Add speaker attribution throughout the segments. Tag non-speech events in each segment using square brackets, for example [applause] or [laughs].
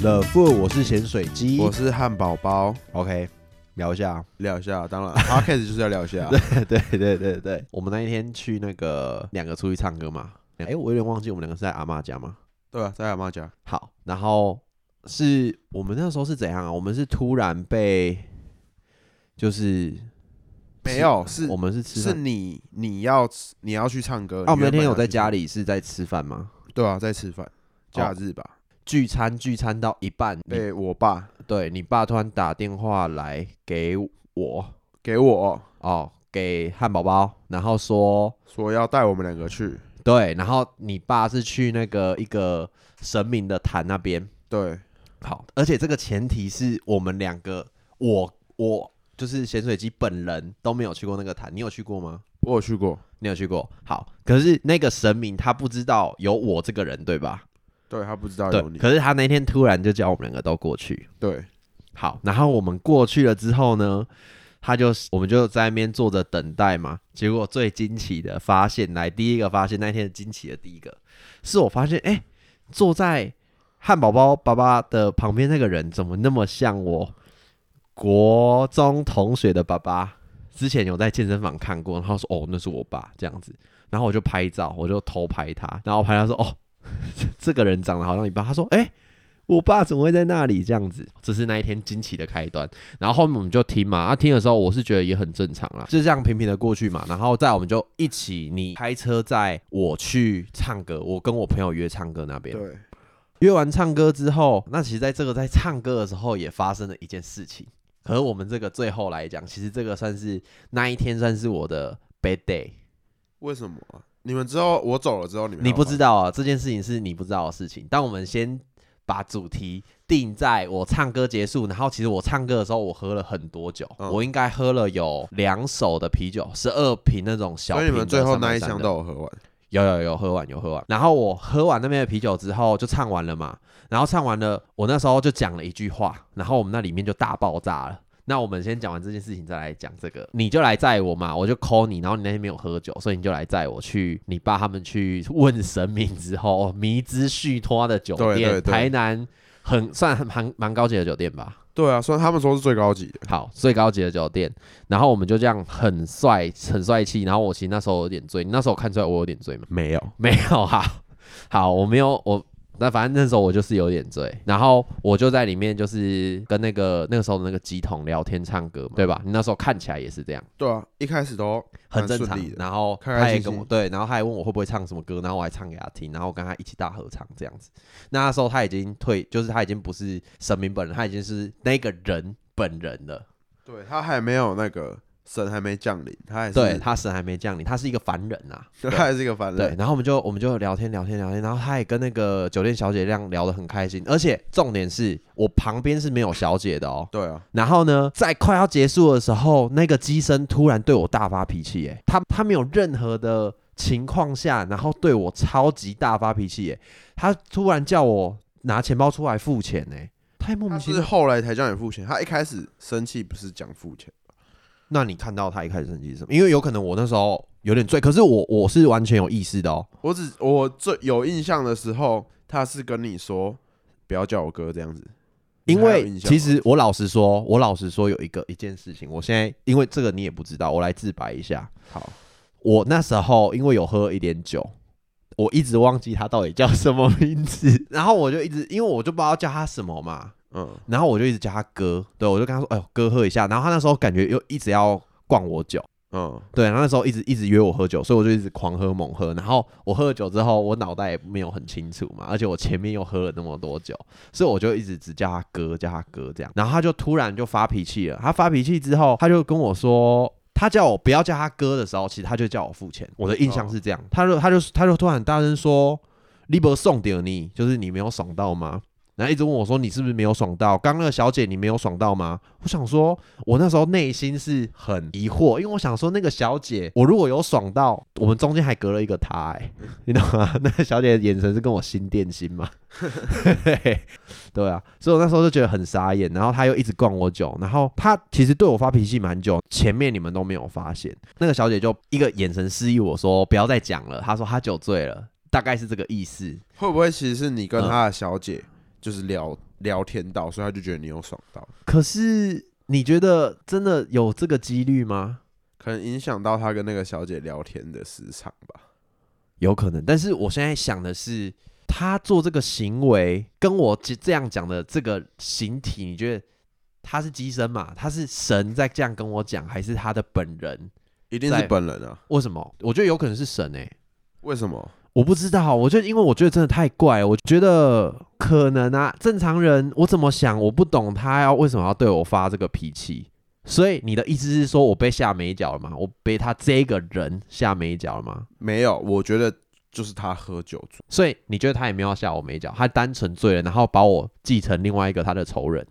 Speaker 1: The Food，我是咸水鸡，
Speaker 2: 我是汉堡包，
Speaker 1: OK，聊一下。啊
Speaker 2: 聊一下，当然 [laughs] podcast 就是要聊一下，
Speaker 1: [laughs]
Speaker 2: 啊
Speaker 1: 对对对对，我们那一天去那个两个出去唱歌嘛，哎、我有点忘记我们两个是在阿嬷家嘛。
Speaker 2: 对吧、在阿妈家，
Speaker 1: 好，然后是我们那时候是怎样啊？我们是突然被，就是
Speaker 2: 没有是
Speaker 1: 我们是吃
Speaker 2: 是
Speaker 1: 饭。
Speaker 2: 你你要吃你要去唱歌，
Speaker 1: 啊，我们那天有在家
Speaker 2: 里，
Speaker 1: 里是在吃饭吗？
Speaker 2: 对啊，在吃饭，假日吧，
Speaker 1: 聚餐聚餐到一半，哦你
Speaker 2: 被我爸
Speaker 1: 对你爸突然打电话来给我
Speaker 2: 给我
Speaker 1: 哦，给汉堡包，然后说
Speaker 2: 说要带我们两个去，
Speaker 1: 对，然后你爸是去那个一个神明的坛那边。
Speaker 2: 对
Speaker 1: 好，而且这个前提是我们两个，我我就是咸水鸡本人都没有去过那个坛，你有去过吗？
Speaker 2: 我有去过，
Speaker 1: 你有去过？好，可是那个神明他不知道有我这个人，对吧？
Speaker 2: 对他不知道
Speaker 1: 对
Speaker 2: 有，你，
Speaker 1: 可是他那天突然就叫我们两个都过去。
Speaker 2: 对
Speaker 1: 好，然后我们过去了之后呢，他就我们就在那边坐着等待嘛。结果最惊奇的发现，来第一个发现那天的惊奇的第一个，是我发现哎、诶坐在汉堡包爸爸的旁边那个人怎么那么像我国中同学的爸爸？之前有在健身房看过，然后说哦那是我爸这样子，然后我就拍照，我就偷拍他，然后拍他说 [laughs] 哦这个人长得好像你爸，他说哎、诶我爸怎么会在那里这样子？这是那一天惊奇的开端。然后后面我们就听嘛，啊，听的时候我是觉得也很正常啦，就这样平平的过去嘛。然后再我们就一起，你开车载我去唱歌，我跟我朋友约唱歌那边。
Speaker 2: 对，
Speaker 1: 约完唱歌之后，那其实在这个在唱歌的时候也发生了一件事情。可是我们这个最后来讲，其实这个算是那一天算是我的 bad day。
Speaker 2: 为什么啊、你们知道我走了之后，你们
Speaker 1: 你不知
Speaker 2: 道
Speaker 1: 道啊，这件事情是你不知道的事情。但我们先把主题定在我唱歌结束，然后其实我唱歌的时候我喝了很多酒，
Speaker 2: 嗯
Speaker 1: 我应该喝了有两手的啤酒，十二瓶那种小
Speaker 2: 所以
Speaker 1: 瓶的。
Speaker 2: 你们最后
Speaker 1: 上面
Speaker 2: 那一
Speaker 1: 山
Speaker 2: 箱
Speaker 1: 的
Speaker 2: 都有喝完，
Speaker 1: 有有有喝完有喝完，然后我喝完那边的啤酒之后就唱完了嘛，然后唱完了，我那时候就讲了一句话，然后我们那里面就大爆炸了。那我们先讲完这件事情，再来讲这个。你就来载我嘛，我就 call 你，然后你那天没有喝酒，所以你就来载我去你爸他们去问神明之后，迷之续托的酒店，
Speaker 2: 对对对
Speaker 1: 台南很算很蛮蛮高级的酒店吧。
Speaker 2: 对啊，虽然他们说是最高级的，
Speaker 1: 好，最高级的酒店，然后我们就这样很帅、很帅气。然后我其实那时候有点醉，你那时候看出来我有点醉吗？
Speaker 2: 没有，
Speaker 1: 没有哈， [laughs] 好，我没有我。那反正那时候我就是有点醉，然后我就在里面就是跟那个那个时候的那个鸡桶聊天唱歌嘛，对吧？你那时候看起来也是这样，
Speaker 2: 对啊，一开始都
Speaker 1: 很
Speaker 2: 蛮
Speaker 1: 正常
Speaker 2: 顺利。的
Speaker 1: 然后
Speaker 2: 开开
Speaker 1: 他也
Speaker 2: 心
Speaker 1: 跟我
Speaker 2: 心
Speaker 1: 对，然后他还问我会不会唱什么歌，然后我还唱给他听，然后我跟他一起大合唱这样子。那时候他已经退，就是他已经不是神明本人，他已经是那个人本人了。
Speaker 2: 对他还没有那个神还没降临，他还是
Speaker 1: 对他神还没降临，他是一个凡人呐、
Speaker 2: [laughs] 他还是一个凡
Speaker 1: 对
Speaker 2: 人，，
Speaker 1: 然后我们就我们就聊天聊天聊天，然后他也跟那个酒店小姐这样聊得很开心，而且重点是我旁边是没有小姐的哦。
Speaker 2: 对啊，
Speaker 1: 然后呢，在快要结束的时候，那个机身突然对我大发脾气，耶，他他没有任何的情况下，然后对我超级大发脾气，耶，他突然叫我拿钱包出来付钱，哎，太莫
Speaker 2: 他
Speaker 1: 名其
Speaker 2: 是
Speaker 1: 妙。
Speaker 2: 后来才叫你付钱，他一开始生气不是讲付钱，
Speaker 1: 那你看到他一开始生气是什么？因为有可能我那时候有点醉，可是我我是完全有意识的哦。
Speaker 2: 我只我最有印象的时候，他是跟你说不要叫我哥这样子，
Speaker 1: 因
Speaker 2: 你还有
Speaker 1: 为
Speaker 2: 印象吗
Speaker 1: 其实我老实说，我老实说有一个一件事情，我现在因为这个你也不知道，我来自白一下。
Speaker 2: 好，
Speaker 1: 我那时候因为有喝一点酒，我一直忘记他到底叫什么名
Speaker 2: [laughs]
Speaker 1: 字，然后我就一直因为我就不知道叫他什么嘛，
Speaker 2: 嗯，
Speaker 1: 然后我就一直叫他哥，对我就跟他说，哎呦哥喝一下，然后他那时候感觉又一直要灌我酒，
Speaker 2: 嗯，
Speaker 1: 对，然后那时候一直一直约我喝酒，所以我就一直狂喝猛喝。然后我喝了酒之后，我脑袋也没有很清楚嘛，而且我前面又喝了那么多酒，所以我就一直只叫他哥，叫他哥这样。然后他就突然就发脾气了。他发脾气之后，他就跟我说。他叫我不要叫他哥的时候，其实他就叫我付钱。我的印象是这样，他就他就他就突然很大声说：“你不送点你，就是你没有爽到吗？”然后一直问我说：“你是不是没有爽到？刚那个小姐你没有爽到吗？”我想说，我那时候内心是很疑惑，因为我想说那个小姐，我如果有爽到，我们中间还隔了一个她、欸， [laughs] 你懂吗？那个小姐的眼神是跟我心电心嘛， [laughs] 对啊，所以我那时候就觉得很傻眼，然后她又一直灌我酒，然后她其实对我发脾气蛮久，前面你们都没有发现，那个小姐就一个眼神示意我说不要再讲了，她说她酒醉了，大概是这个意思，
Speaker 2: 嗯会不会其实是你跟他的小姐就是聊聊天到，所以他就觉得你有爽到，
Speaker 1: 可是你觉得真的有这个几率吗？
Speaker 2: 可能影响到他跟那个小姐聊天的时长吧。
Speaker 1: 有可能，但是我现在想的是，他做这个行为跟我这这样讲的这个形体，你觉得他是机身嘛？他是神在这样跟我讲，还是他的本人？
Speaker 2: 一定是
Speaker 1: 在
Speaker 2: 本人啊？
Speaker 1: 为什么？我觉得有可能是神诶、欸
Speaker 2: 为什么？
Speaker 1: 我不知道，我就因为我觉得真的太怪了，我觉得可能啊，正常人我怎么想，我不懂他要为什么要对我发这个脾气。所以你的意思是说我被下美脚了吗？我被他这个人下美脚了吗？
Speaker 2: 没有，我觉得就是他喝酒醉，
Speaker 1: 所以你觉得他也没有要下我美脚，他单纯醉了，然后把我继成另外一个他的仇人。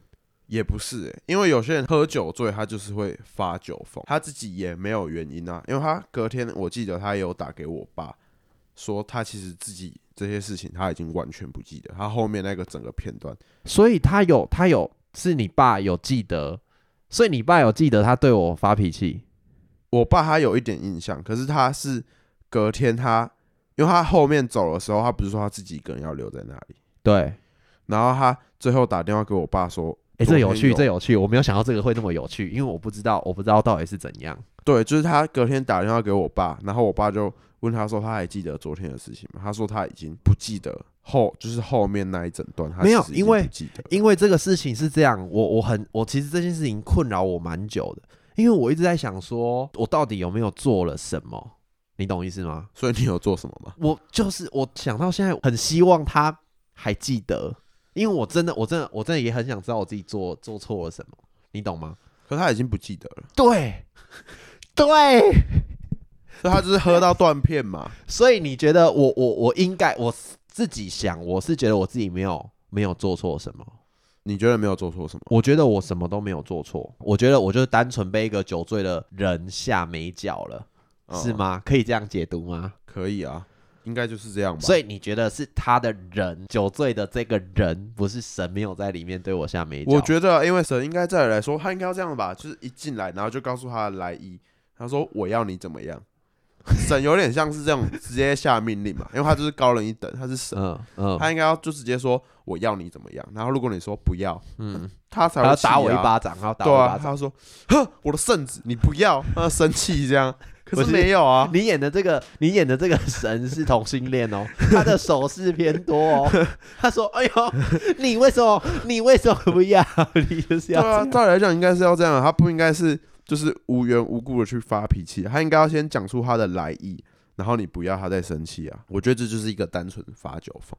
Speaker 2: 也不是、欸，因为有些人喝酒醉，他就是会发酒疯，他自己也没有原因啊。因为他隔天，我记得他有打给我爸，说他其实自己这些事情他已经完全不记得，他后面那个整个片段，
Speaker 1: 所以他有，他有，是你爸有记得，所以你爸有记得他对我发脾气。
Speaker 2: 我爸他有一点印象，可是他是隔天他，因为他后面走的时候，他不是说他自己一个人要留在那里，
Speaker 1: 对，哎、
Speaker 2: 然后他最后打电话给我爸说，
Speaker 1: 欸这有趣，
Speaker 2: 昨
Speaker 1: 这
Speaker 2: 天
Speaker 1: 有趣，我没有想到这个会那么有趣，因为我不知道，我不知道到底是怎样。
Speaker 2: 对，就是他隔天打电话给我爸，然后我爸就问他说，他还记得昨天的事情吗？他说他已经不记得后，就是后面那一整段，他
Speaker 1: 没有
Speaker 2: 其实已经
Speaker 1: 因为
Speaker 2: 不记得了，
Speaker 1: 因为这个事情是这样，我我很我其实这件事情困扰我蛮久的，因为我一直在想说，我到底有没有做了什么？你懂意思吗？
Speaker 2: 所以你有做什么吗？
Speaker 1: 我就是我想到现在，很希望他还记得，因为我真的我真的我真的也很想知道我自己做做错了什么，你懂吗？
Speaker 2: 可他已经不记得了，
Speaker 1: 对，对，
Speaker 2: 所以他就是喝到断片嘛。
Speaker 1: 所以你觉得我我我应该我自己想，我是觉得我自己没有没有做错什么。
Speaker 2: 你觉得没有做错什么？
Speaker 1: 我觉得我什么都没有做错，我觉得我就是单纯被一个酒醉的人下美脚了，是
Speaker 2: 嗯？
Speaker 1: 吗？可以这样解读吗？
Speaker 2: 可以啊，应该就是这样吧。
Speaker 1: 所以你觉得是他的人酒醉的这个人，不是神没有在里面对我下美脚？
Speaker 2: 我觉得，啊因为神应该再来说，他应该要这样吧，就是一进来，然后就告诉他的来意，他说我要你怎么样。神有点像是这种直接下命令嘛，因为他就是高人一等，他是神，
Speaker 1: 嗯嗯，
Speaker 2: 他应该要就直接说我要你怎么样，然后如果你说不要，
Speaker 1: 嗯，
Speaker 2: 他才
Speaker 1: 他
Speaker 2: 会、啊
Speaker 1: 要打我一，巴掌，他要打我
Speaker 2: 对
Speaker 1: 一
Speaker 2: 啊
Speaker 1: 巴，掌。
Speaker 2: 他就说哼，我的圣旨你不要，他生气
Speaker 1: [laughs]
Speaker 2: 这样，可
Speaker 1: 不
Speaker 2: 是
Speaker 1: 是
Speaker 2: 没有啊，
Speaker 1: [laughs] 你演的这个，你演的这个神是同性恋哦，他的手势偏多哦。他说：“哎呦，你为什么？你为什么不要？你就是
Speaker 2: 对
Speaker 1: 要这
Speaker 2: 啊，
Speaker 1: 样。
Speaker 2: 照理来讲应该是要这样啊，他不应该是就是无缘无故的去发脾气，啊他应该要先讲出他的来意，然后你不要他再生气啊。我觉得这就是一个单纯发酒疯。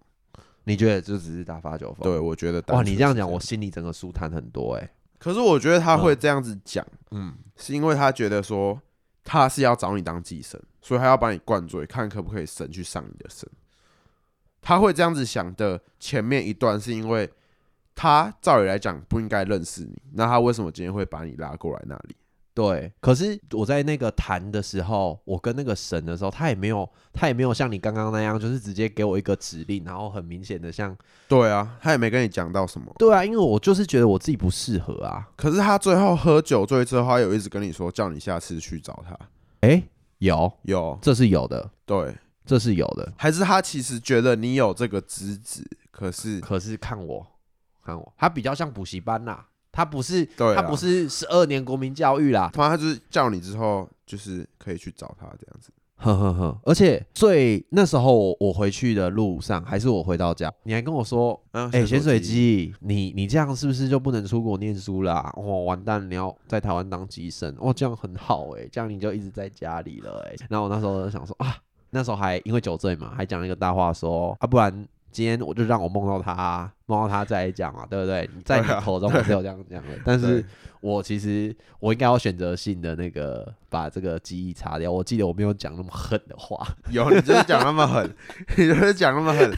Speaker 1: 你觉得就只是打发酒疯？
Speaker 2: 对，我觉得单
Speaker 1: 哇，
Speaker 2: 纯
Speaker 1: 你这样
Speaker 2: 是
Speaker 1: 讲，我心里整个舒坦很多哎、
Speaker 2: 可是我觉得他会这样子讲，
Speaker 1: 嗯，
Speaker 2: 是因为他觉得说他是要找你当寄生，所以他要把你灌醉，看可不可以神去上你的身。他会这样子想的前面一段，是因为他照理来讲不应该认识你，那他为什么今天会把你拉过来那里？
Speaker 1: 对。可是我在那个谈的时候，我跟那个神的时候，他也没有，他也没有像你刚刚那样，就是直接给我一个指令，然后很明显的像，
Speaker 2: 对啊，他也没跟你讲到什么。
Speaker 1: 对啊，因为我就是觉得我自己不适合啊。
Speaker 2: 可是他最后喝酒醉之后，他有一直跟你说，叫你下次去找他。
Speaker 1: 哎，有，
Speaker 2: 有，
Speaker 1: 这是有的，
Speaker 2: 对，
Speaker 1: 这是有的。
Speaker 2: 还是他其实觉得你有这个资质，可是
Speaker 1: 可是看我，看我，他比较像补习班啦，他不是，
Speaker 2: 对啊
Speaker 1: 他
Speaker 2: 啦
Speaker 1: 不是十二年国民教育啦，
Speaker 2: 他妈他就是叫你之后，就是可以去找他这样子。
Speaker 1: 呵呵呵。而且最那时候我我回去的路上，还是我回到家，你还跟我说，
Speaker 2: 嗯，
Speaker 1: 哎、潜水，机，你你这样是不是就不能出国念书啦、哦，完蛋，你要在台湾当机生，哦，这样很好哎、这样你就一直在家里了哎、然后我那时候就想说啊，那时候还因为酒醉嘛，还讲了一个大话说啊，不然今天我就让我梦到他啊，梦到他再来讲嘛，对不对？你在你
Speaker 2: 对啊
Speaker 1: 口中我是有这样讲的，但是
Speaker 2: 对
Speaker 1: 我其实我应该要选择性的那个把这个记忆擦掉。我记得我没有讲那么狠的话
Speaker 2: [laughs] 有你就是讲那么狠， [laughs] 你就是讲那么狠。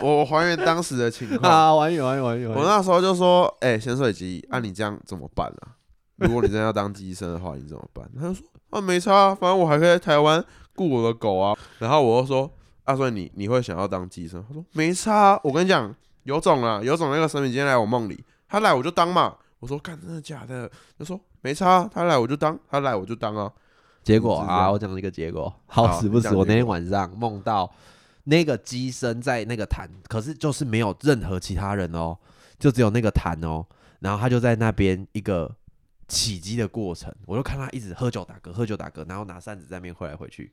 Speaker 2: 我我还原当时的情况，
Speaker 1: 啊，完完完完
Speaker 2: 我那时候就说，哎、潜水机，啊，你这样怎么办啊？如果你真的要当医生的话，你怎么办？他就说，啊，没差、啊，反正我还可以在台湾雇我的狗啊。然后我又说，啊，所以你你会想要当医生？他说没差啊、我跟你讲，有种啊，有种那个神明今天来我梦里，他来我就当嘛。我说，干，真的假的？他说没差啊、他来我就当，他来我就当啊。
Speaker 1: 结果
Speaker 2: 是这
Speaker 1: 啊，
Speaker 2: 样
Speaker 1: 我讲了一个结果，好
Speaker 2: 好
Speaker 1: 死不
Speaker 2: 你
Speaker 1: 死，
Speaker 2: 讲
Speaker 1: 我
Speaker 2: 结
Speaker 1: 那天
Speaker 2: 果
Speaker 1: 晚上梦到那个机身在那个弹，可是就是没有任何其他人哦，就只有那个弹哦。然后他就在那边一个起机的过程，我就看他一直喝酒打嗝，喝酒打嗝，然后拿扇子在那边挥来挥去，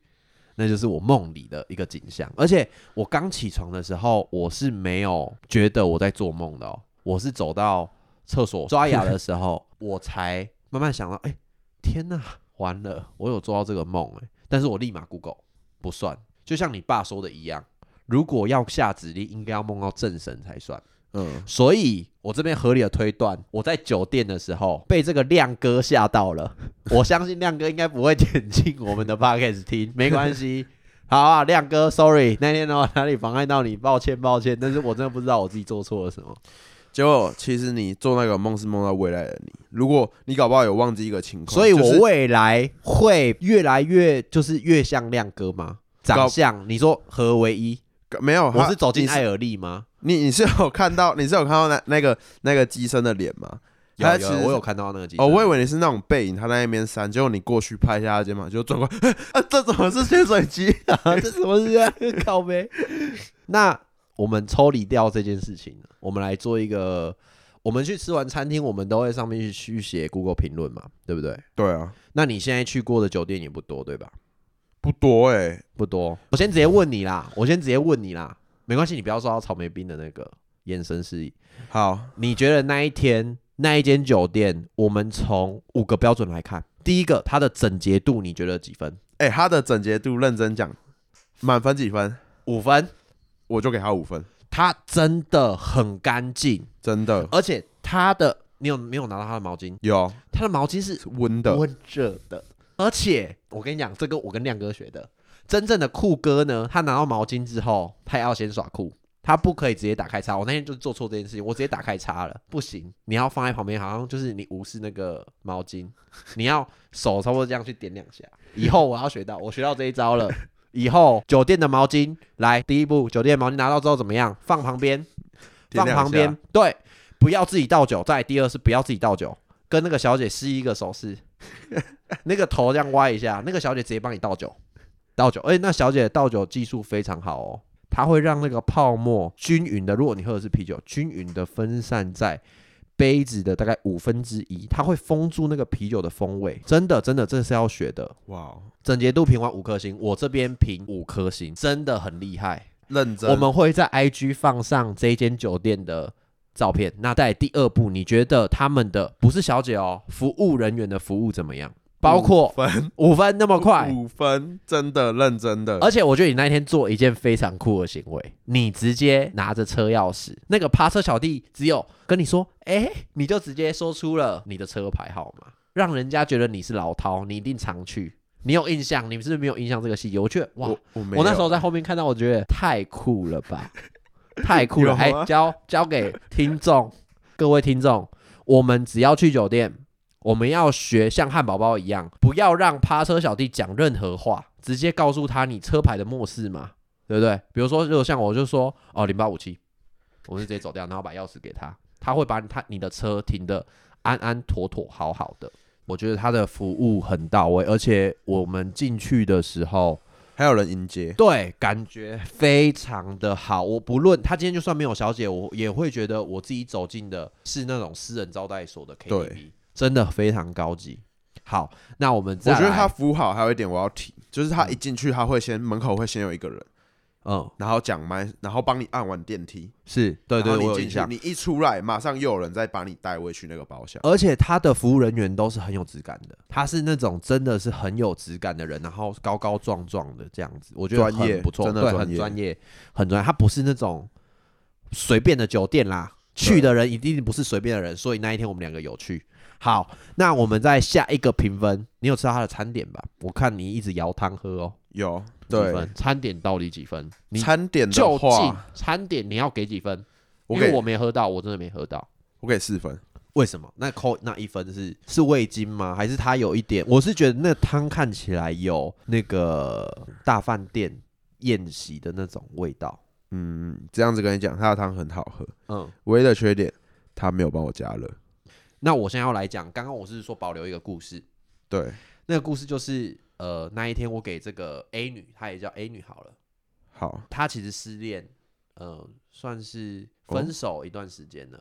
Speaker 1: 那就是我梦里的一个景象。而且我刚起床的时候，我是没有觉得我在做梦的哦，我是走到厕所刷牙的时候，我才慢慢想到，哎、天呐，完了，我有做到这个梦哎、但是我立马 Google 不算，就像你爸说的一样，如果要下指令，应该要梦到正神才算。
Speaker 2: 嗯，
Speaker 1: 所以我这边合理的推断，我在酒店的时候被这个亮哥吓到了。 [laughs] 我相信亮哥应该不会点进我们的 podcast 听，没关系。 [laughs] 好啊，亮哥，sorry，那天的话哪里妨碍到你，抱歉抱歉。但是我真的不知道我自己做错了什
Speaker 2: [laughs]
Speaker 1: 么。
Speaker 2: 结果其实你做那个梦是梦到未来的你，如果你搞不好有忘记一个情况，
Speaker 1: 所以
Speaker 2: 就
Speaker 1: 我
Speaker 2: 是
Speaker 1: 未来会越来越就是越像亮哥吗？长
Speaker 2: 搞
Speaker 1: 相，你说何为一？
Speaker 2: 没有，
Speaker 1: 我
Speaker 2: 他
Speaker 1: 是走进
Speaker 2: 你
Speaker 1: 艾尔利吗？
Speaker 2: 你你是有看到 [laughs] 你是有看到那那个那个机身的脸吗？
Speaker 1: 有
Speaker 2: 他其
Speaker 1: 有，
Speaker 2: 实
Speaker 1: 我有看到那个机
Speaker 2: 哦，我以
Speaker 1: 有，
Speaker 2: 为你是那种背影，他在那边闪，结果你过去拍一下他肩膀，就转过 [laughs] 来，啊，这怎么是潜水机？ [laughs]
Speaker 1: 这什么事啊？ [laughs] 靠呗。那我们抽离掉这件事情，我们来做一个，我们去吃完餐厅，我们都会上面去去写 Google 评论嘛，对不对？
Speaker 2: 对啊，
Speaker 1: 那你现在去过的酒店也不多，对吧？
Speaker 2: 不多哎、
Speaker 1: 不多。我先直接问你啦，我先直接问你啦，没关系，你不要受到草莓冰的那个眼神示意。
Speaker 2: 好，
Speaker 1: 你觉得那一天那一间酒店，我们从五个标准来看，第一个它的整洁度，你觉得几分？
Speaker 2: 哎、他的整洁度，认真讲，满分几分？
Speaker 1: 五分。
Speaker 2: 我就给他五分，
Speaker 1: 它真的很干净，
Speaker 2: 真的
Speaker 1: 而且它的你有没有拿到它的毛巾？
Speaker 2: 有
Speaker 1: 它的毛巾是
Speaker 2: 是温的，
Speaker 1: 温热的，而且我跟你讲，这个我跟亮哥学的。真正的酷哥呢，他拿到毛巾之后，他要先耍酷，他不可以直接打开插。我那天就做错这件事情，我直接打开插了，不行，你要放在旁边，好像就是你无视那个毛巾，你要手差不多这样去点两下。以后我要学到，我学到这一招了。以后酒店的毛巾，来第一步，酒店毛巾拿到之后怎么样？放旁边，
Speaker 2: 点
Speaker 1: 放
Speaker 2: 两下
Speaker 1: 旁边，对，不要自己倒酒。再来第二是不要自己倒酒，跟那个小姐施一个手势，那个头这样歪一下，那个小姐直接帮你倒酒，倒酒。而哎且那小姐的倒酒技术非常好哦，她会让那个泡沫均匀的，如果你喝的是啤酒，均匀的分散在杯子的大概五分之一，它会封住那个啤酒的风味。真的，真的，这是要学的。
Speaker 2: 哇哦，
Speaker 1: 整洁度评完五颗星，我这边评五颗星，真的很厉害。
Speaker 2: 认真。
Speaker 1: 我们会在 IG 放上这间酒店的照片。那在第二步，你觉得他们的不是小姐哦，服务人员的服务怎么样？包括
Speaker 2: 五分
Speaker 1: 五分那么哦快，
Speaker 2: 五分，真的认真的。
Speaker 1: 而且我觉得你那天做一件非常酷的行为，你直接拿着车钥匙，那个趴车小弟只有跟你说，哎、你就直接说出了你的车牌号码，让人家觉得你是老饕，你一定常去。你有印象？你是不是没有印象这个细节？我觉得哇，
Speaker 2: 我我没
Speaker 1: 我那
Speaker 2: 有
Speaker 1: 时候在后面看到，我觉得太酷了吧， [laughs] 太酷了！
Speaker 2: 有吗
Speaker 1: 哎、交交给听众，各位听众，我们只要去酒店，我们要学像汉堡包一样，不要让趴车小弟讲任何话，直接告诉他你车牌的末世嘛，对不对？比如说，如果像我就说哦零八五七，我就直接走掉，然后把钥匙给他，他会把他你的车停的安安妥妥、好好的。我觉得他的服务很到位，而且我们进去的时候，
Speaker 2: 还有人迎接，
Speaker 1: 对，感觉非常的好。我不论他今天就算没有小姐，我也会觉得我自己走进的是那种私人招待所的 KTV，
Speaker 2: 对
Speaker 1: 真的非常高级。好，那我们再
Speaker 2: 我觉得
Speaker 1: 来
Speaker 2: 他服务好，还有一点我要提，就是他一进去，他会先门口会先有一个人，
Speaker 1: 嗯
Speaker 2: 然后讲麦，然后帮你按完电梯，
Speaker 1: 是对对，
Speaker 2: 然后
Speaker 1: 我
Speaker 2: 你
Speaker 1: 有
Speaker 2: 进
Speaker 1: 印
Speaker 2: 去
Speaker 1: 象，。
Speaker 2: 你一出来，马上又有人再把你带回去那个包厢。
Speaker 1: 而且他的服务人员都是很有质感的，他是那种真的是很有质感的人，然后高高壮壮的这样子，我觉得
Speaker 2: 专业
Speaker 1: 很不错，
Speaker 2: 真的
Speaker 1: 对，
Speaker 2: 专
Speaker 1: 很
Speaker 2: 业
Speaker 1: 专业，很专业。他不是那种随便的酒店啦，去的人一定不是随便的人，所以那一天我们两个有去。好，那我们在下一个评分，你有吃到他的餐点吧？我看你一直摇汤喝哦，
Speaker 2: 有
Speaker 1: 几
Speaker 2: 对
Speaker 1: 分？餐点到底几分？你
Speaker 2: 餐点的
Speaker 1: 就近
Speaker 2: 话，
Speaker 1: 餐点你要给几分？
Speaker 2: 我
Speaker 1: 因为
Speaker 2: 给
Speaker 1: 我没喝到，我真的没喝到。
Speaker 2: 我给四分。
Speaker 1: 为什么？那扣那一分是是味精吗？还是它有一点？我是觉得那汤看起来有那个大饭店宴席的那种味道。
Speaker 2: 嗯，这样子跟你讲，他的汤很好喝，
Speaker 1: 嗯，
Speaker 2: 唯一的缺点，他没有帮我加热。
Speaker 1: 那我现在要来讲，刚刚我是说保留一个故事，
Speaker 2: 对，
Speaker 1: 那个故事就是呃那一天我给这个 A 女，她也叫 A 女好了，
Speaker 2: 好
Speaker 1: 他其实失恋，呃，算是分手一段时间了。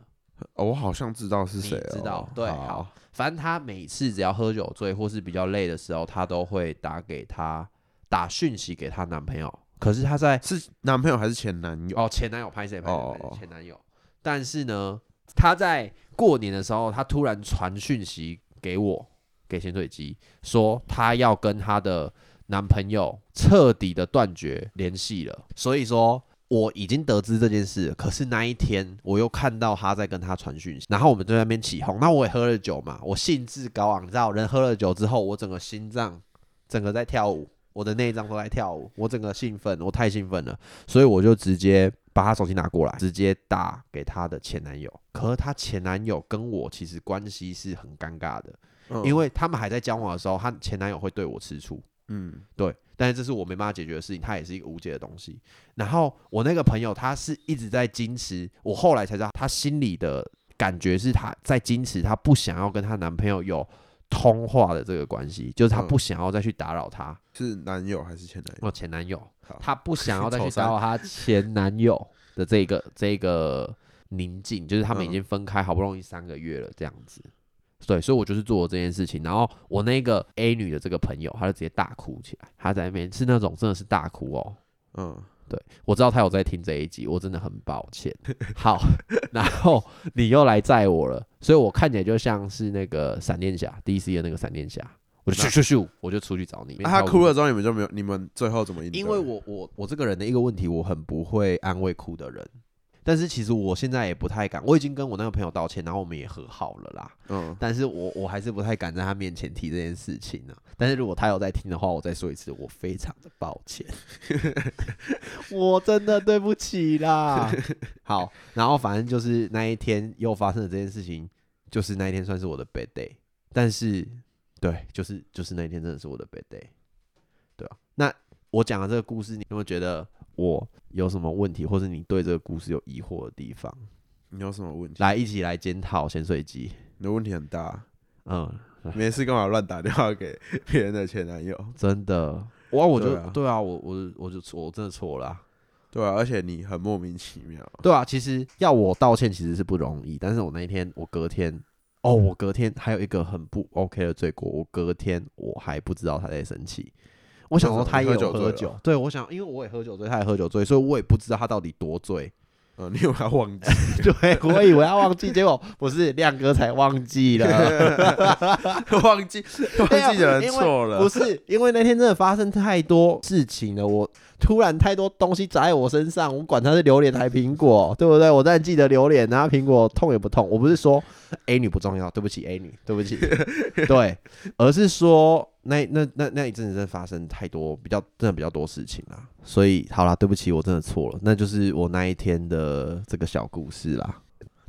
Speaker 2: 哦，我好像知道是
Speaker 1: 你
Speaker 2: 谁了哦，
Speaker 1: 知道对
Speaker 2: 好
Speaker 1: 好，反正他每次只要喝酒醉或是比较累的时候，他都会打给他打讯息给她男朋友。可是他在
Speaker 2: 是男朋友还是前男友？
Speaker 1: 哦前男友拍谁拍谁
Speaker 2: 哦
Speaker 1: 拍
Speaker 2: 哦哦
Speaker 1: 谁前男友，但是呢，他在过年的时候，他突然传讯息给我，给咸水鸡，说他要跟他的男朋友彻底的断绝联系了。所以说，我已经得知这件事，可是那一天我又看到他在跟他传讯息，然后我们就在那边起哄。那我也喝了酒嘛，我兴致高昂，你知道，人喝了酒之后，我整个心脏整个在跳舞，我的内脏都在跳舞，我整个兴奋，我太兴奋了，所以我就直接把他手机拿过来，直接打给她的前男友。可是她前男友跟我其实关系是很尴尬的，
Speaker 2: 嗯
Speaker 1: 因为他们还在交往的时候，她前男友会对我吃醋。
Speaker 2: 嗯，
Speaker 1: 对，但是这是我没办法解决的事情，它也是一个无解的东西。然后我那个朋友，他是一直在矜持，我后来才知道，他心里的感觉是他在矜持，她不想要跟她男朋友有通话的这个关系，就是她
Speaker 2: 嗯
Speaker 1: 不想要再去打扰他，
Speaker 2: 是男友还是前男友？
Speaker 1: 我前男友
Speaker 2: 好，
Speaker 1: 她不想要再
Speaker 2: 丑
Speaker 1: 去
Speaker 2: 三
Speaker 1: 打扰她前男友的这
Speaker 2: [laughs]
Speaker 1: 个这个宁静，就是他们已
Speaker 2: 嗯
Speaker 1: 经分开好不容易三个月了这样子。对，所以我就是做了这件事情，然后我那个 A 女的这个朋友，她就直接大哭起来，她在那边是那种真的是大哭哦。
Speaker 2: 嗯，
Speaker 1: 对，我知道她有在听这一集，我真的很抱
Speaker 2: [laughs]
Speaker 1: 歉。好，然后你又来载我了，所以我看起来就像是那个闪电侠 DC 的那个闪电侠，我就咻咻咻，我就出去找你。
Speaker 2: 那啊他哭了之后，你们就没有，你们最后怎么应对？
Speaker 1: 因为我我我这个人的一个问题，我很不会安慰哭的人。但是其实我现在也不太敢，我已经跟我那个朋友道歉，然后我们也和好了啦。
Speaker 2: 嗯，
Speaker 1: 但是我我还是不太敢在他面前提这件事情呢、但是如果他有在听的话，我再说一次，我非常的抱歉，我真的对不起啦。好，然后反正就是那一天又发生了这件事情，就是那一天算是我的 bad day，但是对，就是就是那一天真的是我的 bad day，对啊。那我讲的这个故事，你有没有觉得我有什么问题，或是你对这个故事有疑惑的地方？
Speaker 2: 你有什么问题？
Speaker 1: 来，一起来检讨咸水鸡。
Speaker 2: 你的问题很大，
Speaker 1: 嗯，
Speaker 2: 没事干嘛乱打电话给别人的前男友？
Speaker 1: 真的，哇，我就
Speaker 2: 对啊
Speaker 1: 对啊，我我我就错，我真的错了啊、
Speaker 2: 对啊，而且你很莫名其妙。
Speaker 1: 对啊，其实要我道歉其实是不容易，但是我那一天，我隔天，哦，我隔天还有一个很不 OK 的罪过，我隔天我还不知道他在生气。我想说他也
Speaker 2: 为什
Speaker 1: 有
Speaker 2: 么你
Speaker 1: 喝
Speaker 2: 喝酒醉啊
Speaker 1: 酒，对我想，因为我也喝酒醉，他也喝酒醉，所以我也不知道他到底多醉。 [laughs]
Speaker 2: 嗯，你有没有忘记？
Speaker 1: 对，我以为他忘记，结果不是亮哥才忘记
Speaker 2: [laughs]
Speaker 1: 了。
Speaker 2: 忘记 [laughs] 忘记的人错
Speaker 1: 不
Speaker 2: 了。
Speaker 1: 是，因为那天真的发生太多事情了，我突然太多东西砸在我身上，我管它是榴莲还苹果， [laughs] 对不对？我当然记得榴莲啊，苹果痛也不痛。我不是说 A 女不重要，对不起 A 女， [laughs] 对不起，对，而是说那那那那一阵子真的发生太多比较真的比较多事情啦，所以好啦，对不起，我真的错了，那就是我那一天的这个小故事啦。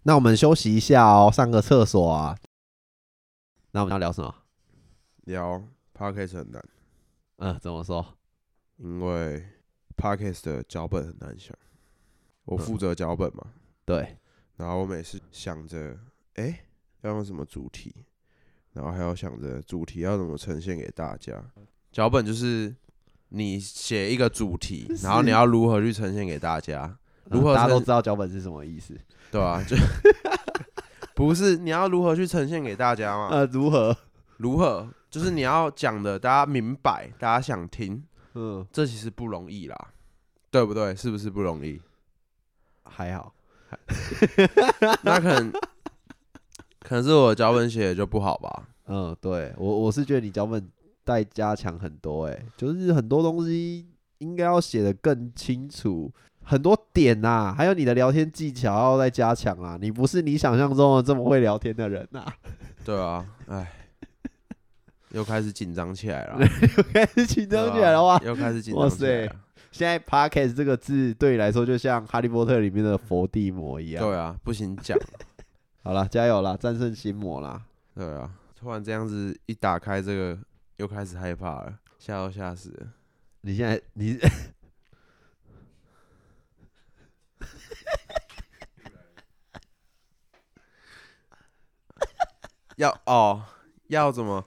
Speaker 1: 那我们休息一下哦，上个厕所啊。那我们要聊什么？
Speaker 2: 聊 podcast 很难，
Speaker 1: 嗯，怎么说？
Speaker 2: 因为 podcast 的脚本很难想。我
Speaker 1: 嗯
Speaker 2: 负责脚本嘛，
Speaker 1: 对，
Speaker 2: 然后我每次想着，哎、要用什么主题，然后还要想着主题要怎么呈现给大家。脚本就是你写一个主题，然后你要如何去呈现给大家，如何
Speaker 1: 嗯大家
Speaker 2: 是
Speaker 1: 都知道脚本是什么意思？
Speaker 2: 对吧、就不是你要如何去呈现给大家嘛？
Speaker 1: 呃，如何？
Speaker 2: 如何？就是你要讲的，大家明白，大家想听，
Speaker 1: 嗯，
Speaker 2: 这其实不容易啦，对不对？是不是不容易？
Speaker 1: 还好。
Speaker 2: 那可能 [laughs] 可能是我脚本写的就不好吧？
Speaker 1: 嗯，对我我是觉得你脚本再加强很多、欸，就是很多东西应该要写的更清楚，很多点呐、还有你的聊天技巧要再加强啊。你不是你想象中的这么会聊天的人呐、
Speaker 2: 对啊，哎，又开始紧张起来了，
Speaker 1: [laughs] 开始紧
Speaker 2: 对
Speaker 1: 张
Speaker 2: 啊
Speaker 1: 起来了哇！
Speaker 2: 又开始紧张起来了。
Speaker 1: 现在 podcast 这个字对你来说就像《哈利波特》里面的伏地魔一样。
Speaker 2: 对啊，不行讲，
Speaker 1: 好了，加油啦，战胜心魔啦！
Speaker 2: 对啊，突然这样子一打开这个，又开始害怕了，吓都吓死了。
Speaker 1: 你现在你
Speaker 2: 要哦，要怎么？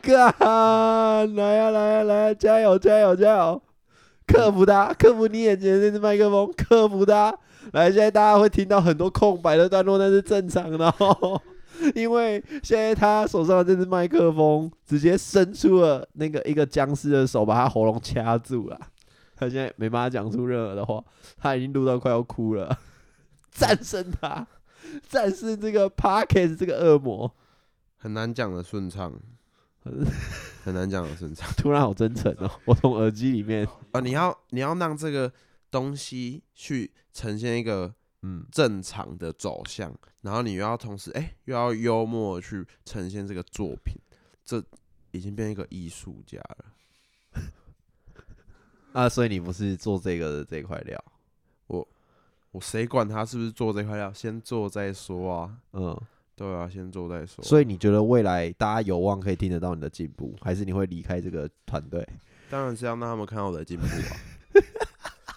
Speaker 1: 干，来呀、来呀、来呀、加油加油加油！克服它，克服你眼前的那只麦克风，克服它。来，现在大家会听到很多空白的段落，那是正常的、哦， [laughs] 因为现在他手上的这只麦克风直接伸出了那个一个僵尸的手，把他喉咙掐住了。他现在没办法讲出任何的话，他已经录到快要哭了。 [laughs] 战胜他，战胜这个 Parkes 这个恶魔。
Speaker 2: 很难讲的
Speaker 1: [laughs]
Speaker 2: 顺畅，很难讲的顺畅
Speaker 1: 突然好真诚哦！我从耳机里面，
Speaker 2: 啊！你要你要让这个东西去呈现一个
Speaker 1: 嗯，
Speaker 2: 正常的走向，然后你又要同时哎、又要幽默地去呈现这个作品，这已经变一个艺术家了。
Speaker 1: 啊，所以你不是做这个的这块料，
Speaker 2: 我谁管他是不是做这块料，先做再说啊。
Speaker 1: 嗯，
Speaker 2: 对啊，先做再说。
Speaker 1: 所
Speaker 2: 以
Speaker 1: 以你觉得未来大家有望可以听得到你的进步，还是你会离开这个团队？
Speaker 2: 当然是要让他们看到我的进步啊。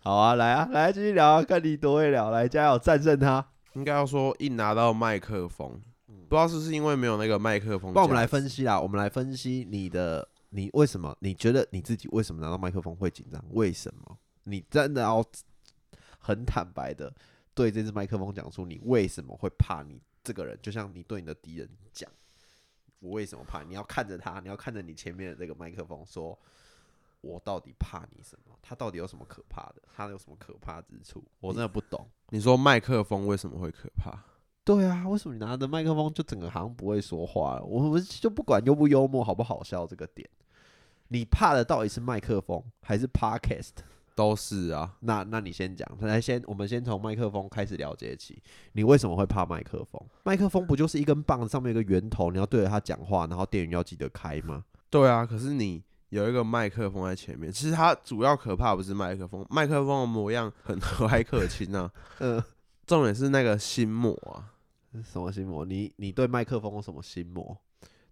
Speaker 1: 好啊，来啊，来继续聊啊，看你多会聊，来加油，战胜他！
Speaker 2: 应该要说一拿到麦克风，不知道是不是因为没有那个麦克风，
Speaker 1: 帮我们来分析啦，我们来分析你的，你为什么？你觉得你自己为什么拿到麦克风会紧张？为什么？你真的要很坦白的对这支麦克风讲出你为什么会怕你这个人，就像你对你的敌人讲，我为什么怕？你要看着他，你要看着你前面的这个麦克风说。我到底怕你什么？他到底有什么可怕的？他有什么可怕之处？我真的不懂。
Speaker 2: 你说麦克风为什么会可怕？
Speaker 1: 对啊，为什么你拿着麦克风就整个好像不会说话了？我们就不管幽不幽默、好不好笑这个点，你怕的到底是麦克风还是 podcast？
Speaker 2: 都是啊，
Speaker 1: 那那你先讲，来先我们先从麦克风开始了解起。你为什么会怕麦克风？麦克风不就是一根棒子上面有一个圆头，你要对着它讲话，然后电源要记得开吗？
Speaker 2: 对啊。可是你有一个麦克风在前面，其实它主要可怕不是麦克风，麦克风的模样很和蔼可亲啊。
Speaker 1: 呃，
Speaker 2: 重点是那个心魔啊，
Speaker 1: 什么心魔？你你对麦克风有什么心魔？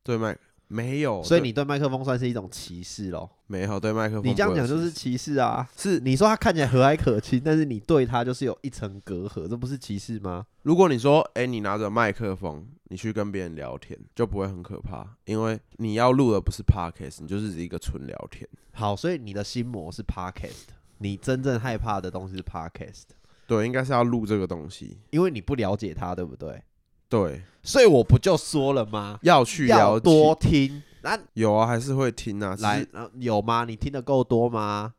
Speaker 2: 对麦没有，
Speaker 1: 所以
Speaker 2: 哦对
Speaker 1: 你对麦克风算是一种歧视咯。
Speaker 2: 没有对麦克风。
Speaker 1: 你这样讲就是歧视啊！
Speaker 2: 是，
Speaker 1: 你说他看起来和蔼可亲，但是你对他就是有一层隔阂，这不是歧视吗？
Speaker 2: 如果你说哎、诶你拿着麦克风，你去跟别人聊天，就不会很可怕，因为你要录的不是 podcast，你就是一个纯聊天。
Speaker 1: 好，所以你的心魔是 podcast，你真正害怕的东西是 podcast，
Speaker 2: 对，应该是要录这个东西。
Speaker 1: 因为你不了解它，对不对？
Speaker 2: 对，
Speaker 1: 所以我不就说了吗？
Speaker 2: 要去
Speaker 1: 要
Speaker 2: 了解。
Speaker 1: 多听。那、
Speaker 2: 有啊，还是会听啊，只是
Speaker 1: 来、呃有吗？你听的够多吗？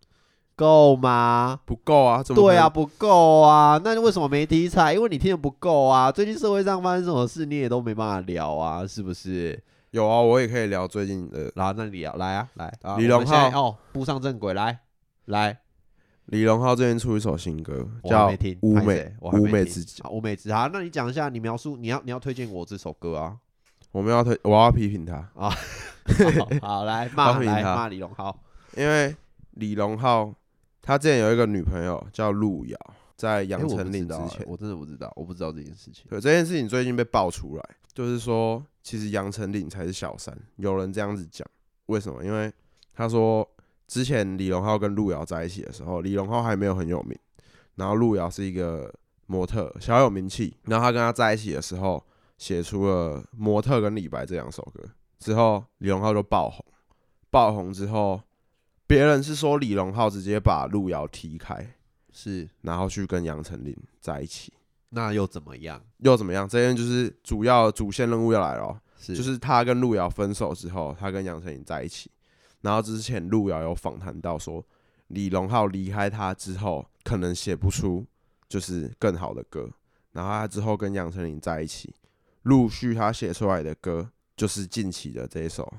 Speaker 1: 够吗？
Speaker 2: 不够啊，怎么可
Speaker 1: 对
Speaker 2: 能
Speaker 1: 啊，？不够啊。那为什么没题材？因为你听的不够啊。最近社会上发生什么事，你也都没办法聊啊，是不是？
Speaker 2: 有啊，我也可以聊最近的
Speaker 1: 然后那你聊来啊，来，啊
Speaker 2: 李
Speaker 1: 我
Speaker 2: 荣
Speaker 1: 们现在哦，步上正轨，来来，
Speaker 2: 李荣浩最近出一首新歌，
Speaker 1: 我还
Speaker 2: 叫
Speaker 1: 没听
Speaker 2: 《乌
Speaker 1: 拍
Speaker 2: 美
Speaker 1: 谁我还
Speaker 2: 乌
Speaker 1: 没
Speaker 2: 美
Speaker 1: 听
Speaker 2: 之己》，
Speaker 1: 好，我美子好，那你讲一下，你描述你要你要推荐我这首歌
Speaker 2: [laughs]
Speaker 1: 啊。
Speaker 2: 我们要推，我要批评他，
Speaker 1: 好，好来
Speaker 2: 欢
Speaker 1: 骂
Speaker 2: 迎
Speaker 1: 来
Speaker 2: 他
Speaker 1: 骂李荣浩，
Speaker 2: 因为李荣浩他之前有一个女朋友叫路遥，在
Speaker 1: 诶
Speaker 2: 杨
Speaker 1: 我不
Speaker 2: 丞
Speaker 1: 知
Speaker 2: 琳之
Speaker 1: 道诶
Speaker 2: 前，
Speaker 1: 我真的不知道，我不知道这件事情。
Speaker 2: 对这件事情最近被爆出来，就是说其实杨丞琳才是小三，有人这样子讲，为什么？因为他说之前李荣浩跟路遥在一起的时候，李荣浩还没有很有名，然后路遥是一个模特，小有名气，然后他跟他在一起的时候，写出了《模特》跟《李白》这两首歌，之后李荣浩就爆红，爆红之后，别人是说李荣浩直接把路遥踢开，
Speaker 1: 是，
Speaker 2: 然后去跟杨丞琳在一起。
Speaker 1: 那又怎么样？
Speaker 2: 又怎么样？这边就是主要主线任务要来了哦，
Speaker 1: 是，
Speaker 2: 就是他跟路遥分手之后，他跟杨丞琳在一起。然后之前路遥有访谈到说，李荣浩离开他之后，可能写不出就是更好的歌。然后他之后跟杨丞琳在一起，陆续他写出来的歌就是近期的这一首《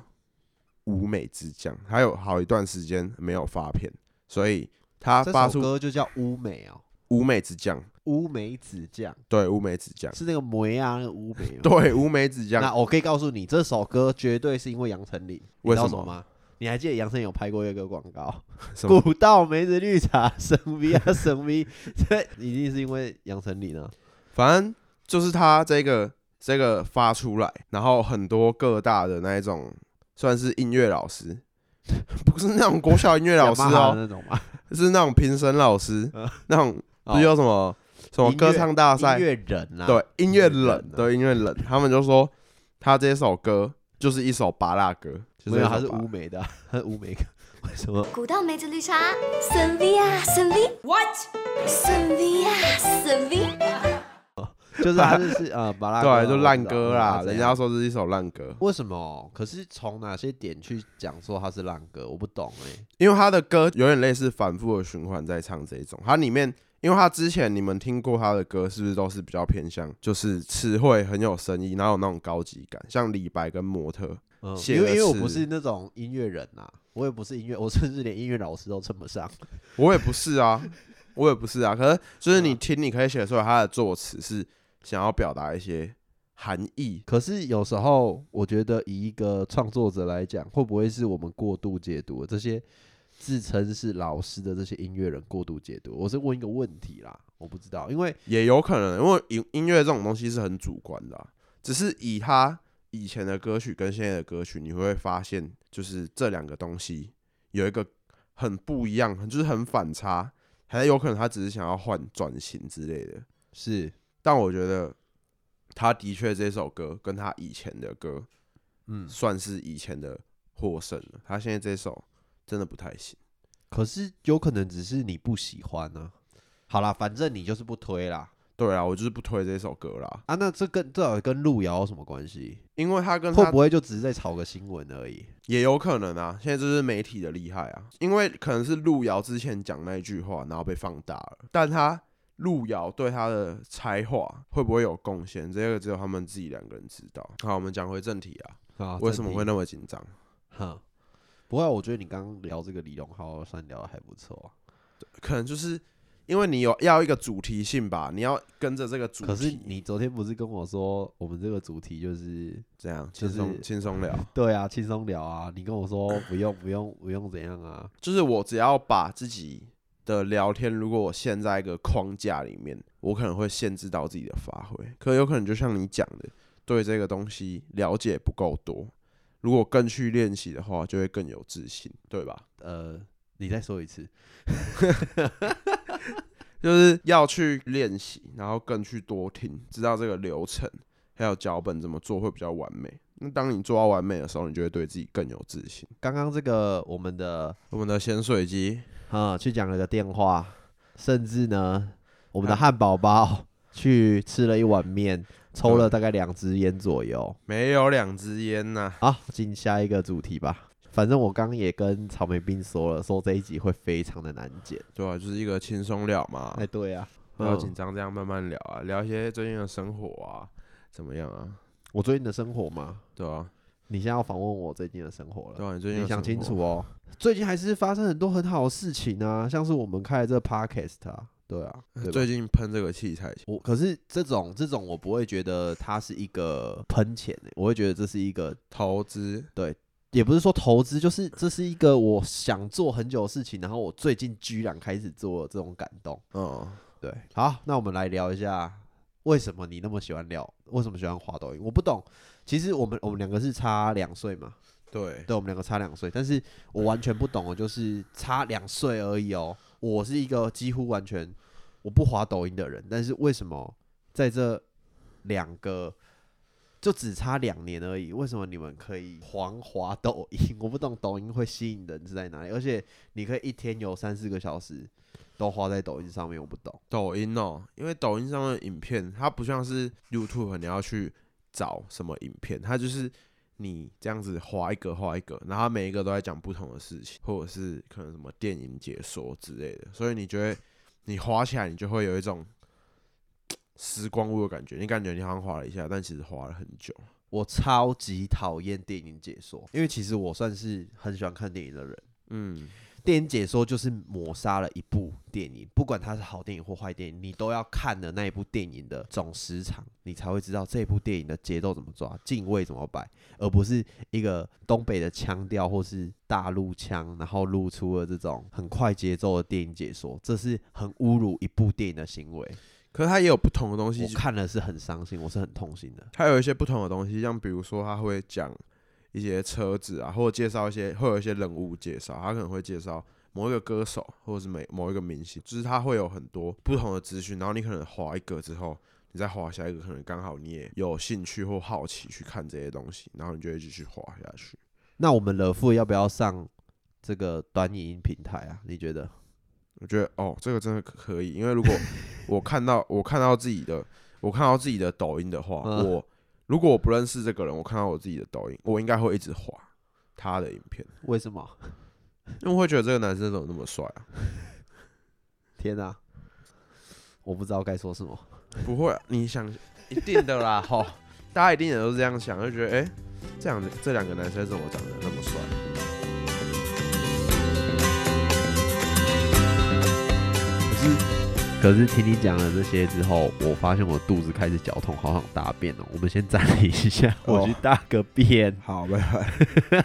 Speaker 2: 舞美之将》，还有好一段时间没有发片，所以他
Speaker 1: 这
Speaker 2: 发
Speaker 1: 首
Speaker 2: 出《
Speaker 1: 歌就叫《乌美》哦，
Speaker 2: 舞美之将》，
Speaker 1: 乌梅子酱
Speaker 2: 对，《舞美之将》，
Speaker 1: 是那个梅啊，那个乌梅。，
Speaker 2: 呃对，《舞美之将》
Speaker 1: 那我可以告诉你，这首歌绝对是因为杨丞琳，你知道什
Speaker 2: 为什么
Speaker 1: 么吗？你还记得杨丞琳有拍过一个广告，
Speaker 2: 什么
Speaker 1: 古道梅子绿茶神威
Speaker 2: [laughs]
Speaker 1: 啊神威，这一定是因为杨丞琳啊。
Speaker 2: 反正就是他这个这个发出来，然后很多各大的那一种算是音乐老师， [laughs] 不是那种国小音乐老师
Speaker 1: Yamaha 的
Speaker 2: 哦，
Speaker 1: 那种嘛，
Speaker 2: 是那种评审老师
Speaker 1: [laughs] 嗯，
Speaker 2: 那种不
Speaker 1: 哦
Speaker 2: 是有什么什么
Speaker 1: 音乐
Speaker 2: 歌唱大
Speaker 1: 音
Speaker 2: 赛，
Speaker 1: 乐人啊，
Speaker 2: 对
Speaker 1: 音
Speaker 2: 音乐
Speaker 1: 乐人
Speaker 2: 冷
Speaker 1: 啊，
Speaker 2: 对音乐冷，他们就说他这首歌就是一首拔辣歌，就
Speaker 1: 没
Speaker 2: 是
Speaker 1: 有，
Speaker 2: 一首
Speaker 1: 他是
Speaker 2: 拔
Speaker 1: 乌梅的 [laughs] 啊，他是乌梅歌。为什么？
Speaker 3: 古道梅子绿茶，森威啊，森威
Speaker 4: What?
Speaker 3: 森威啊，森威。
Speaker 1: 就是他
Speaker 2: [laughs]
Speaker 1: 就是啊，巴拉
Speaker 2: 对，就烂歌啦，人家
Speaker 1: 家
Speaker 2: 说这是一首烂歌，
Speaker 1: 啊为什么？可是从哪些点去讲说它是烂歌？我不懂哎、
Speaker 2: 因为他的歌有点类似反复的循环在唱这一种，它里面。因为他之前你们听过他的歌，是不是都是比较偏向，就是词汇很有深意，然后有那种高级感，像李白跟模特，
Speaker 1: 嗯，
Speaker 2: 写
Speaker 1: 因为
Speaker 2: 的
Speaker 1: 因为我
Speaker 2: 是
Speaker 1: 不是那种音乐人呐、我也不是音乐，我甚至连音乐老师都称不上。
Speaker 2: 我也不是啊，我也不是啊。可是就是你听，你可以写出来他的作词是想要表达一些含义。
Speaker 1: 可是有时候我觉得，以一个创作者来讲，会不会是我们过度解读了这些自称是老师的这些音乐人过度解读？我是问一个问题啦，我不知道，因为
Speaker 2: 也有可能，因为音音乐这种东西是很主观的啊、只是以他以前的歌曲跟现在的歌曲，你会发现就是这两个东西有一个很不一样，很就是很反差，还有可能他只是想要换转型之类的。
Speaker 1: 是
Speaker 2: 但我觉得他的确这首歌跟他以前的歌
Speaker 1: 嗯，
Speaker 2: 算是以前的获胜了，他现在这首真的不太行。
Speaker 1: 可是有可能只是你不喜欢呢、好啦，反正你就是不推啦。
Speaker 2: 对啊，我就是不推这首歌啦，
Speaker 1: 啊，那这跟这到底跟路遥有什么关系？
Speaker 2: 因为他跟他
Speaker 1: 会不会就只是在炒个新闻而已？
Speaker 2: 也有可能啊，现在就是媒体的厉害啊，因为可能是路遥之前讲那一句话，然后被放大了，但他路遥对他的才华会不会有贡献，这个只有他们自己两个人知道。好，我们讲回正题啊，
Speaker 1: 啊
Speaker 2: 为什么会？那么紧张？
Speaker 1: 哈，不过我觉得你刚刚聊这个李荣浩算聊的还不错啊、
Speaker 2: 可能就是因为你有要一个主题性吧，你要跟着这个主题。
Speaker 1: 可是你昨天不是跟我说，我们这个主题就是
Speaker 2: 这样
Speaker 1: 就
Speaker 2: 轻
Speaker 1: 是
Speaker 2: 松轻松聊，
Speaker 1: 对啊，轻松聊啊。你跟我说不用不用不用怎样啊？
Speaker 2: 就是我只要把自己的聊天，如果我陷在一个框架里面，我可能会限制到自己的发挥。可有可能就像你讲的，对这个东西了解不够多，如果更去练习的话，就会更有自信，对吧？
Speaker 1: 呃，你再说一次。
Speaker 2: 就是要去练习，然后更去多听，知道这个流程还有脚本怎么做会比较完美。那当你做到完美的时候，你就会对自己更有自信。
Speaker 1: 刚刚这个我们的
Speaker 2: 我们的咸水鸡
Speaker 1: 啊，去讲了个电话，甚至呢，我们的汉堡包去吃了一碗面，抽了大概两支烟左右。
Speaker 2: 没有两支烟呐、
Speaker 1: 好，进下一个主题吧。反正我刚也跟草莓冰说了，说这一集会非常的难剪。
Speaker 2: 对啊，就是一个轻松聊嘛。
Speaker 1: 哎，对啊，
Speaker 2: 不要
Speaker 1: 嗯
Speaker 2: 紧张，这样慢慢聊啊，聊一些最近的生活啊，怎么样啊？
Speaker 1: 我最近的生活嘛，
Speaker 2: 对啊，
Speaker 1: 你现在要访问我最近的生活了。
Speaker 2: 对啊，你最近
Speaker 1: 你
Speaker 2: 的
Speaker 1: 想
Speaker 2: 生
Speaker 1: 清
Speaker 2: 活
Speaker 1: 楚哦，最近还是发生很多很好的事情啊，像是我们开的这个 podcast 啊，对啊，对吧
Speaker 2: 最近喷这个器材，
Speaker 1: 我可是这种这种我不会觉得它是一个喷钱、欸，我会觉得这是一个，
Speaker 2: 投资
Speaker 1: 也不是说投资，就是这是一个我想做很久的事情，然后我最近居然开始做了这种感动。
Speaker 2: 哦，
Speaker 1: 对，好，那我们来聊一下为什么你那么喜欢聊，为什么喜欢滑抖音？我不懂。其实我们我们两个是差两岁嘛，
Speaker 2: 对，
Speaker 1: 对，我们两个差两岁，但是我完全不懂哦，就是差两岁而已哦。我是一个几乎完全我不滑抖音的人，但是为什么在这两个就只差两年而已，为什么你们可以狂滑抖音？ [laughs] 我不懂抖音会吸引人是在哪里，而且你可以一天有三四个小时都花在抖音上面，我不懂。
Speaker 2: 抖音哦，因为抖音上面的影片，它不像是 YouTube，你要去找什么影片，它就是你这样子划一个划一个，然后它每一个都在讲不同的事情，或者是可能什么电影解说之类的，所以你就会你划起来，你就会有一种时光屋的感觉，你感觉你好像划了一下，但其实划了很久。
Speaker 1: 我超级讨厌电影解说，因为其实我算是很喜欢看电影的人。
Speaker 2: 嗯，
Speaker 1: 电影解说就是抹杀了一部电影，不管它是好电影或坏电影，你都要看的那一部电影的总时长，你才会知道这部电影的节奏怎么抓，敬位怎么摆，而不是一个东北的腔调或是大陆腔，然后露出了这种很快节奏的电影解说，这是很侮辱一部电影的行为。
Speaker 2: 可是它也有不同的东西
Speaker 1: 我，看了是很伤心，我是很痛心的。
Speaker 2: 它有一些不同的东西，像比如说它会讲一些车子啊，或者介绍一些，会有一些人物介绍，它可能会介绍某一个歌手或者是每某一个明星，就是它会有很多不同的资讯，然后你可能划一个之后，你你再滑下一个，可能刚好你也有兴趣或好奇去看这些东西，然后你就会继续滑下去。
Speaker 1: 那我们乐富要不要上这个短影音平台啊？你觉得？
Speaker 2: 我觉得哦，这个真的可可以，因为如果我看到我看到自己的我看到自己的抖音的话，
Speaker 1: 嗯
Speaker 2: 我如果我不认识这个人，我看到我自己的抖音，我应该会一直滑他的影片，
Speaker 1: 为什么？
Speaker 2: 因为我会觉得这个男生怎么那么帅啊？
Speaker 1: 天啊，我不知道该说什么。
Speaker 2: 不会、啊，你想一定的啦， [laughs] 吼，大家一定也都是这样想，就觉得哎、诶这样子这两个男生怎么长得那么帅？
Speaker 1: 可是听你讲了这些之后，我发现我肚子开始绞痛，好想大便哦。我们先暂停一下，我去
Speaker 2: 哦
Speaker 1: 大个便。
Speaker 2: 好，拜拜。